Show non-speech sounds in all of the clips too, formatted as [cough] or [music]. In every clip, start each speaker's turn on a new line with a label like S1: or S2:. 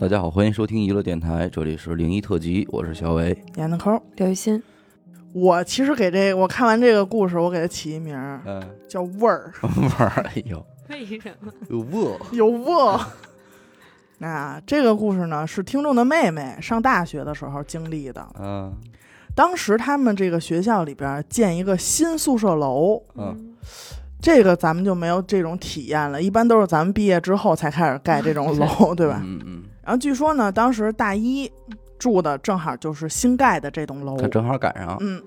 S1: 大家好，欢迎收听娱乐电台，这里是零一特辑，我是
S2: 嗯
S1: 小伟。
S2: 演的抠。
S3: 刘雨欣，
S2: 我其实给这我看完这个故事，我给它起一名儿
S1: 嗯，
S2: [laughs] 叫味儿，
S1: 玩儿，哎呦，
S3: 为什么？
S1: 有饿，
S2: 有味。那这个故事呢，是听众的妹妹上大学的时候经历的。
S1: 嗯
S2: 当时他们这个学校里边建一个新宿舍楼，
S1: 嗯
S2: 这个咱们就没有这种体验了，一般都是咱们毕业之后才开始盖
S1: [laughs]
S2: 这种楼，对吧？
S1: 嗯嗯，
S2: 然后据说呢，当时大一住的正好就是新盖的这栋楼，
S1: 他正好赶上
S2: 嗯，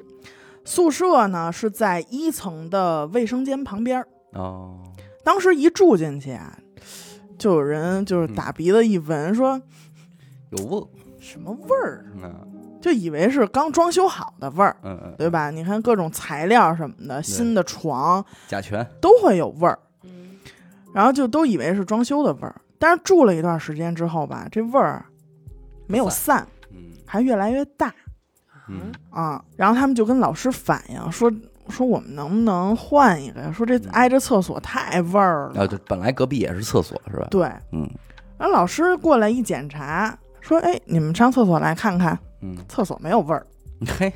S2: 宿舍呢是在一层的卫生间旁边儿。
S1: 哦，
S2: 当时一住进去啊，就有人就是打鼻子一闻，说
S1: 有饿，
S2: 什么味儿，
S1: 嗯
S2: 就以为是刚装修好的味儿，
S1: 嗯嗯，
S2: 对吧？你看各种材料什么的，新的床
S1: 甲醛，
S2: 都会有味儿，
S3: 嗯，
S2: 然后就都以为是装修的味儿。但是住了一段时间之后吧，这味儿没有散，
S1: 嗯
S2: 还越来越大
S1: 嗯，
S2: 啊。然后他们就跟老师反映说。说我们能不能换一个呀？说这
S1: 嗯
S2: 挨着厕所太味儿了。
S1: 啊，对，本来隔壁也是厕所是吧？
S2: 对，
S1: 嗯
S2: 然后老师过来一检查，说：“哎，你们上厕所来看看， [laughs]
S1: 嗯，
S2: 厕所没有味儿。
S1: 嘿，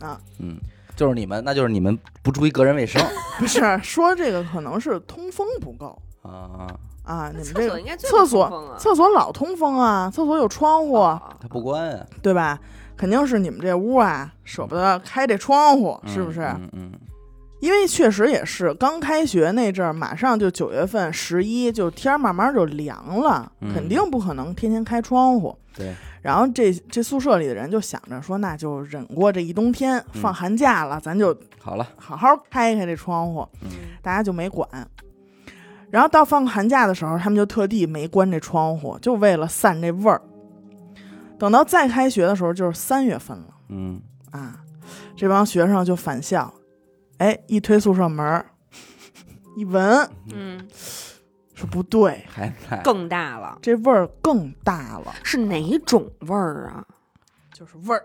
S2: 啊，
S1: 嗯，就是你们，那就是你们不注意个人卫
S2: [laughs]
S1: 生”
S2: 不是说这个可能是通风不够
S1: 啊，
S2: 啊，你们
S3: 厕
S2: 这
S3: 所
S2: 个
S3: 应该最
S2: 厕
S3: 不
S2: 所
S3: 通风啊
S2: 厕所老通风啊，厕所有窗户，
S3: 哦
S1: 他不关啊，
S2: 对吧？肯定是你们这屋啊舍不得开这窗户，是不是？啊
S1: 嗯嗯
S2: 因为确实也是刚开学那阵儿，马上就九月份、十一，就天儿慢慢就凉了，
S1: 嗯
S2: 肯定不可能天天开窗户。
S1: 对。
S2: 然后这这宿舍里的人就想着说，那就忍过这一冬天，
S1: 嗯
S2: 放寒假了，咱就
S1: 嗯，好了，
S2: 好好开开这窗户。
S3: 嗯
S2: 大家就没管。然后到放寒假的时候，他们就特地没关这窗户，就为了散这味儿。等到再开学的时候，就是三月份了
S1: 嗯，
S2: 啊，这帮学生就返校，哎，一推宿舍门儿， [laughs] 一闻
S3: 嗯，
S2: 说不对，
S1: 还在，
S3: 更大了，
S2: 这味儿更大了，
S3: 是哪种味儿啊？
S2: 就是味儿。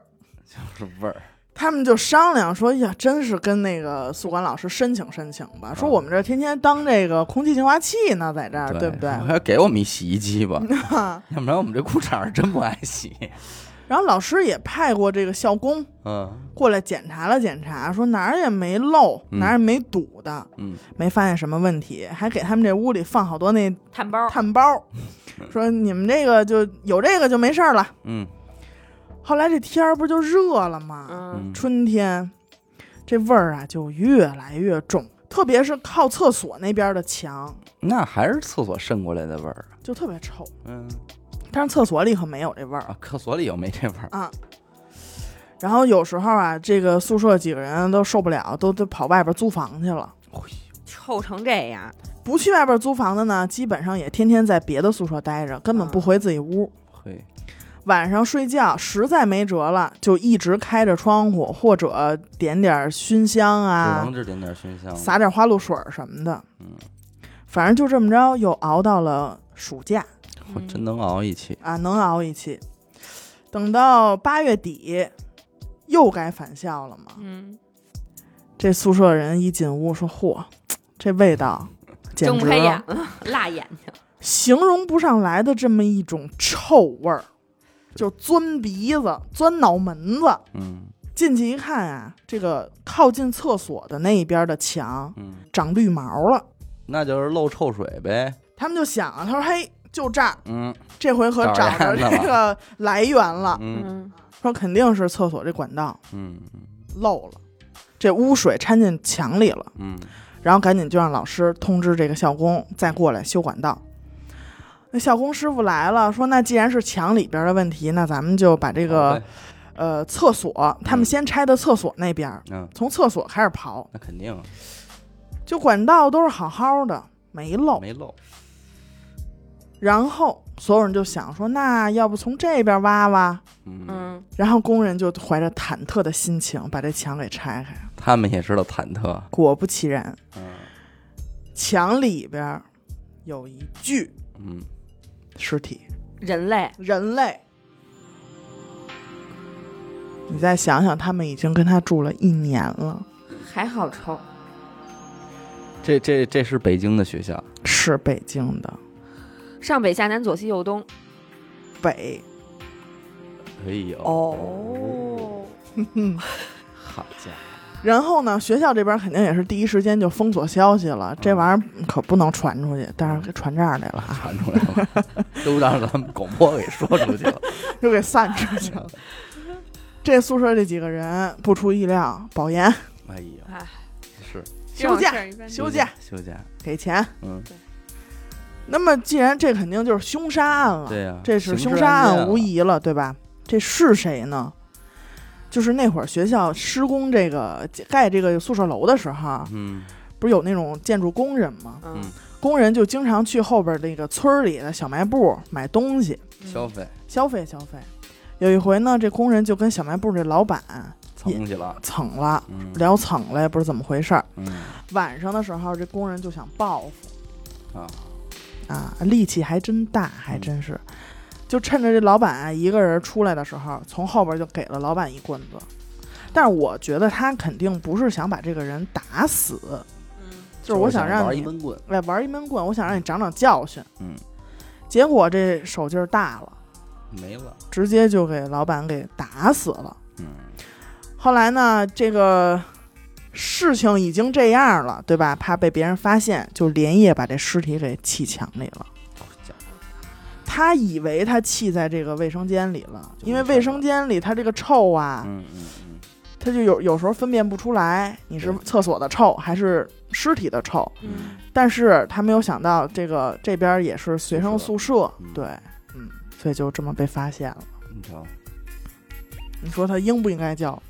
S1: 就是味儿，
S2: 他们就商量说：“哎呀，真是跟那个宿管老师申请申请吧。说我们这儿天天当这个空气净化器呢，在这
S1: 啊
S2: 儿，啊对不对？
S1: 还给我们一洗衣机 [laughs] 吧，要不然我们这裤衩儿真不爱洗。
S2: 然后老师也派过这个校工
S1: 嗯
S2: 过来检查了检查，说哪儿也没漏，
S1: 嗯
S2: 哪儿也没堵的，
S1: 嗯，
S2: 没发现什么问题，还给他们这屋里放好多那
S3: 炭包，
S2: 炭包，说你们这个就有这个就没事儿了。
S1: 嗯
S2: 后来这天儿不就热了吗？
S3: 嗯，
S2: 春天，这味儿啊就越来越重，特别是靠厕所那边的墙
S1: 那还是厕所渗过来的味儿。啊
S2: 就特别臭，
S1: 嗯
S2: 但是厕所里可没有这味儿
S1: 啊，厕所里又没这味儿。
S2: 啊。然后有时候啊，这个宿舍几个人都受不了，都都跑外边租房去了。
S3: 臭成这样，
S2: 不去外边租房的呢，基本上也天天在别的宿舍待着，根本不回自己屋。
S1: 嘿，
S2: 晚上睡觉实在没辙了，就一直开着窗户，或者点点熏香
S1: 只
S2: 啊
S1: 能，这点点熏香。
S2: 撒点花露水什么的。
S1: 嗯，
S2: 反正就这么着，又熬到了暑假
S1: 我真能熬一期。
S2: 啊，能熬一期。等到八月底，又该返校了嘛。
S3: 嗯，
S2: 这宿舍人一进屋说：“嚯，这味道简
S3: 睁不开
S2: 直
S3: 眼了， [laughs] 辣眼睛，
S2: 形容不上来的这么一种臭味儿，就钻鼻子、钻脑门子。
S1: 嗯
S2: 进去一看啊，这个靠近厕所的那一边的墙
S1: 嗯，
S2: 长绿毛了。
S1: 那就是漏臭水呗。
S2: 他们就想啊，他说：“嘿，就这儿，
S1: 嗯
S2: 这回可
S1: 找
S2: 找着
S1: 着了
S2: 这个来源了。
S1: 嗯
S3: 嗯，
S2: 说肯定是厕所这管道
S1: 嗯
S2: 漏了，这污水掺进墙里了。
S1: 嗯，
S2: 然后赶紧就让老师通知这个校工再过来修管道。那校工师傅来了，说那既然是墙里边的问题，那咱们就把这
S1: 这
S2: 个呃厕所，他
S1: 嗯
S2: 们先拆的厕所那边儿，
S1: 嗯，
S2: 从厕所开始刨，
S1: 那肯定
S2: 就管道都是好好的，没漏。
S1: 没漏。
S2: 然后所有人就想说，那要不从这边挖挖？
S1: 嗯，
S3: 嗯，
S2: 然后工人就怀着忐忑的心情把这墙给拆开，
S1: 他们也知道忐忑。
S2: 果不其然，
S1: 嗯
S2: 墙里边儿有一具
S1: 嗯，
S2: 尸体。
S3: 人类，
S2: 人类。你再想想，他们已经跟他住了一年了，
S3: 还好臭，
S1: 这这这是北京的学校。
S2: 是北京的，
S3: 上北下南左西右东，
S2: 北，
S1: 哎呦，
S3: 哦，
S1: 好家伙，
S2: 然后呢，学校这边肯定也是第一时间就封锁消息了，这玩意儿可不能传出去，但是给传这
S1: [laughs]
S2: 儿来了啊，
S1: 传出来了，都让咱们广播给说出去了。
S2: 就给散出去了。这宿舍这几个人不出意料，保研、
S1: 哎呦，
S3: 哎，
S1: 是
S3: 这种
S2: 休假
S3: 事儿一般
S2: 休假
S1: 休假，
S2: 给钱。
S1: 嗯，
S2: 那么既然这肯定就是凶杀案了，
S1: 对呀、
S2: 啊这是
S1: 刑
S2: 凶
S1: 事
S2: 杀
S1: 件啊
S2: 案无
S1: 了。
S2: 疑了，对吧？这是谁呢？就是那会儿学校施工这个盖这个宿舍楼的时候，啊
S1: 嗯，
S2: 不是有那种建筑工人吗？
S3: 嗯
S1: 嗯
S2: 工人就经常去后边那个村儿里的小卖部买东西
S3: 嗯
S1: 消费
S2: 消费消费。有一回呢，这工人就跟小卖部这老板
S1: 蹭去了。
S2: 蹭了，
S1: 嗯
S2: 聊蹭了，也不知道怎么回事儿。
S1: 嗯
S2: 晚上的时候，这工人就想报复
S1: 啊，
S2: 啊，力气还真大，还真是。就趁着这老板啊一个人出来的时候，从后边就给了老板一棍子。但是我觉得他肯定不是想把这个人打死，
S3: 嗯
S2: 就是我想
S1: 想
S2: 让
S1: 玩一
S2: 你
S1: 闷棍。
S2: 哎玩一闷棍，我想让你长长教训。
S1: 嗯，
S2: 结果这手劲儿大了，
S1: 没了。
S2: 直接就给老板给打死了。
S1: 嗯，
S2: 后来呢，这个事情已经这样了，对吧？怕被别人发现，就连夜把这尸体给砌墙里了。
S1: 好家伙，
S2: 他以为他砌在这个卫生间里了，
S1: 就没
S2: 因为
S1: 事儿
S2: 卫生间里它这个臭啊，
S1: 嗯嗯嗯，
S2: 他就有有时候分辨不出来你是
S1: 对
S2: 厕所的臭还是尸体的臭。
S3: 嗯，
S2: 但是他没有想到这个这边也是学生宿舍，
S1: 嗯
S2: 对，嗯，所以就这么被发现了。
S1: 你瞧，
S2: 你说他应不应该叫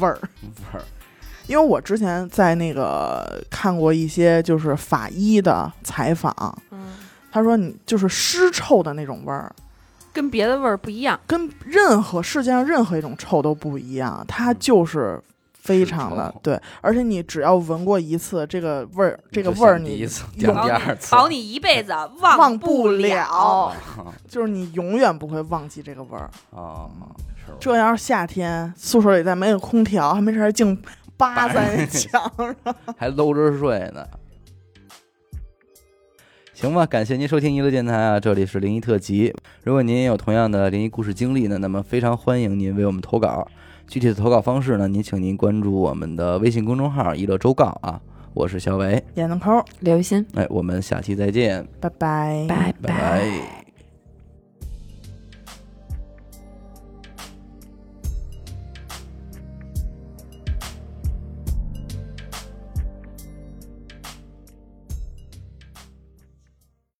S2: 味儿？
S1: 味儿，
S2: 因为我之前在那个看过一些就是法医的采访，
S3: 嗯，
S2: 他说你就是尸臭的那种味儿，
S3: 跟别的味儿不一样，
S2: 跟任何世界上任何一种臭都不一样，它就是非常的
S1: 是臭
S2: 对，而且你只要闻过一次这个味儿，这个
S1: 就
S2: 味儿
S1: 想第一
S2: 你
S1: 次，
S2: 永
S1: 想第二次，
S3: 保你一辈子忘
S2: 忘
S3: 不
S2: 不了
S1: 啊啊
S2: 就是你永远不会忘记这个味儿。
S1: 啊，是吧
S2: 这要是夏天宿舍里再没有空调，还没事儿净扒在那墙上。
S1: 还搂着睡呢。行吧，感谢您收听娱乐电台啊，这里是灵异特辑。如果您也有同样的灵异故事经历呢，那么非常欢迎您为我们投稿。具体的投稿方式呢，您请您关注我们的微信公众号“娱乐周告”啊，我是小伟，
S2: 眼子抠，
S3: 刘鑫，
S1: 哎，我们下期再见，
S2: 拜拜，
S3: 拜
S1: 拜拜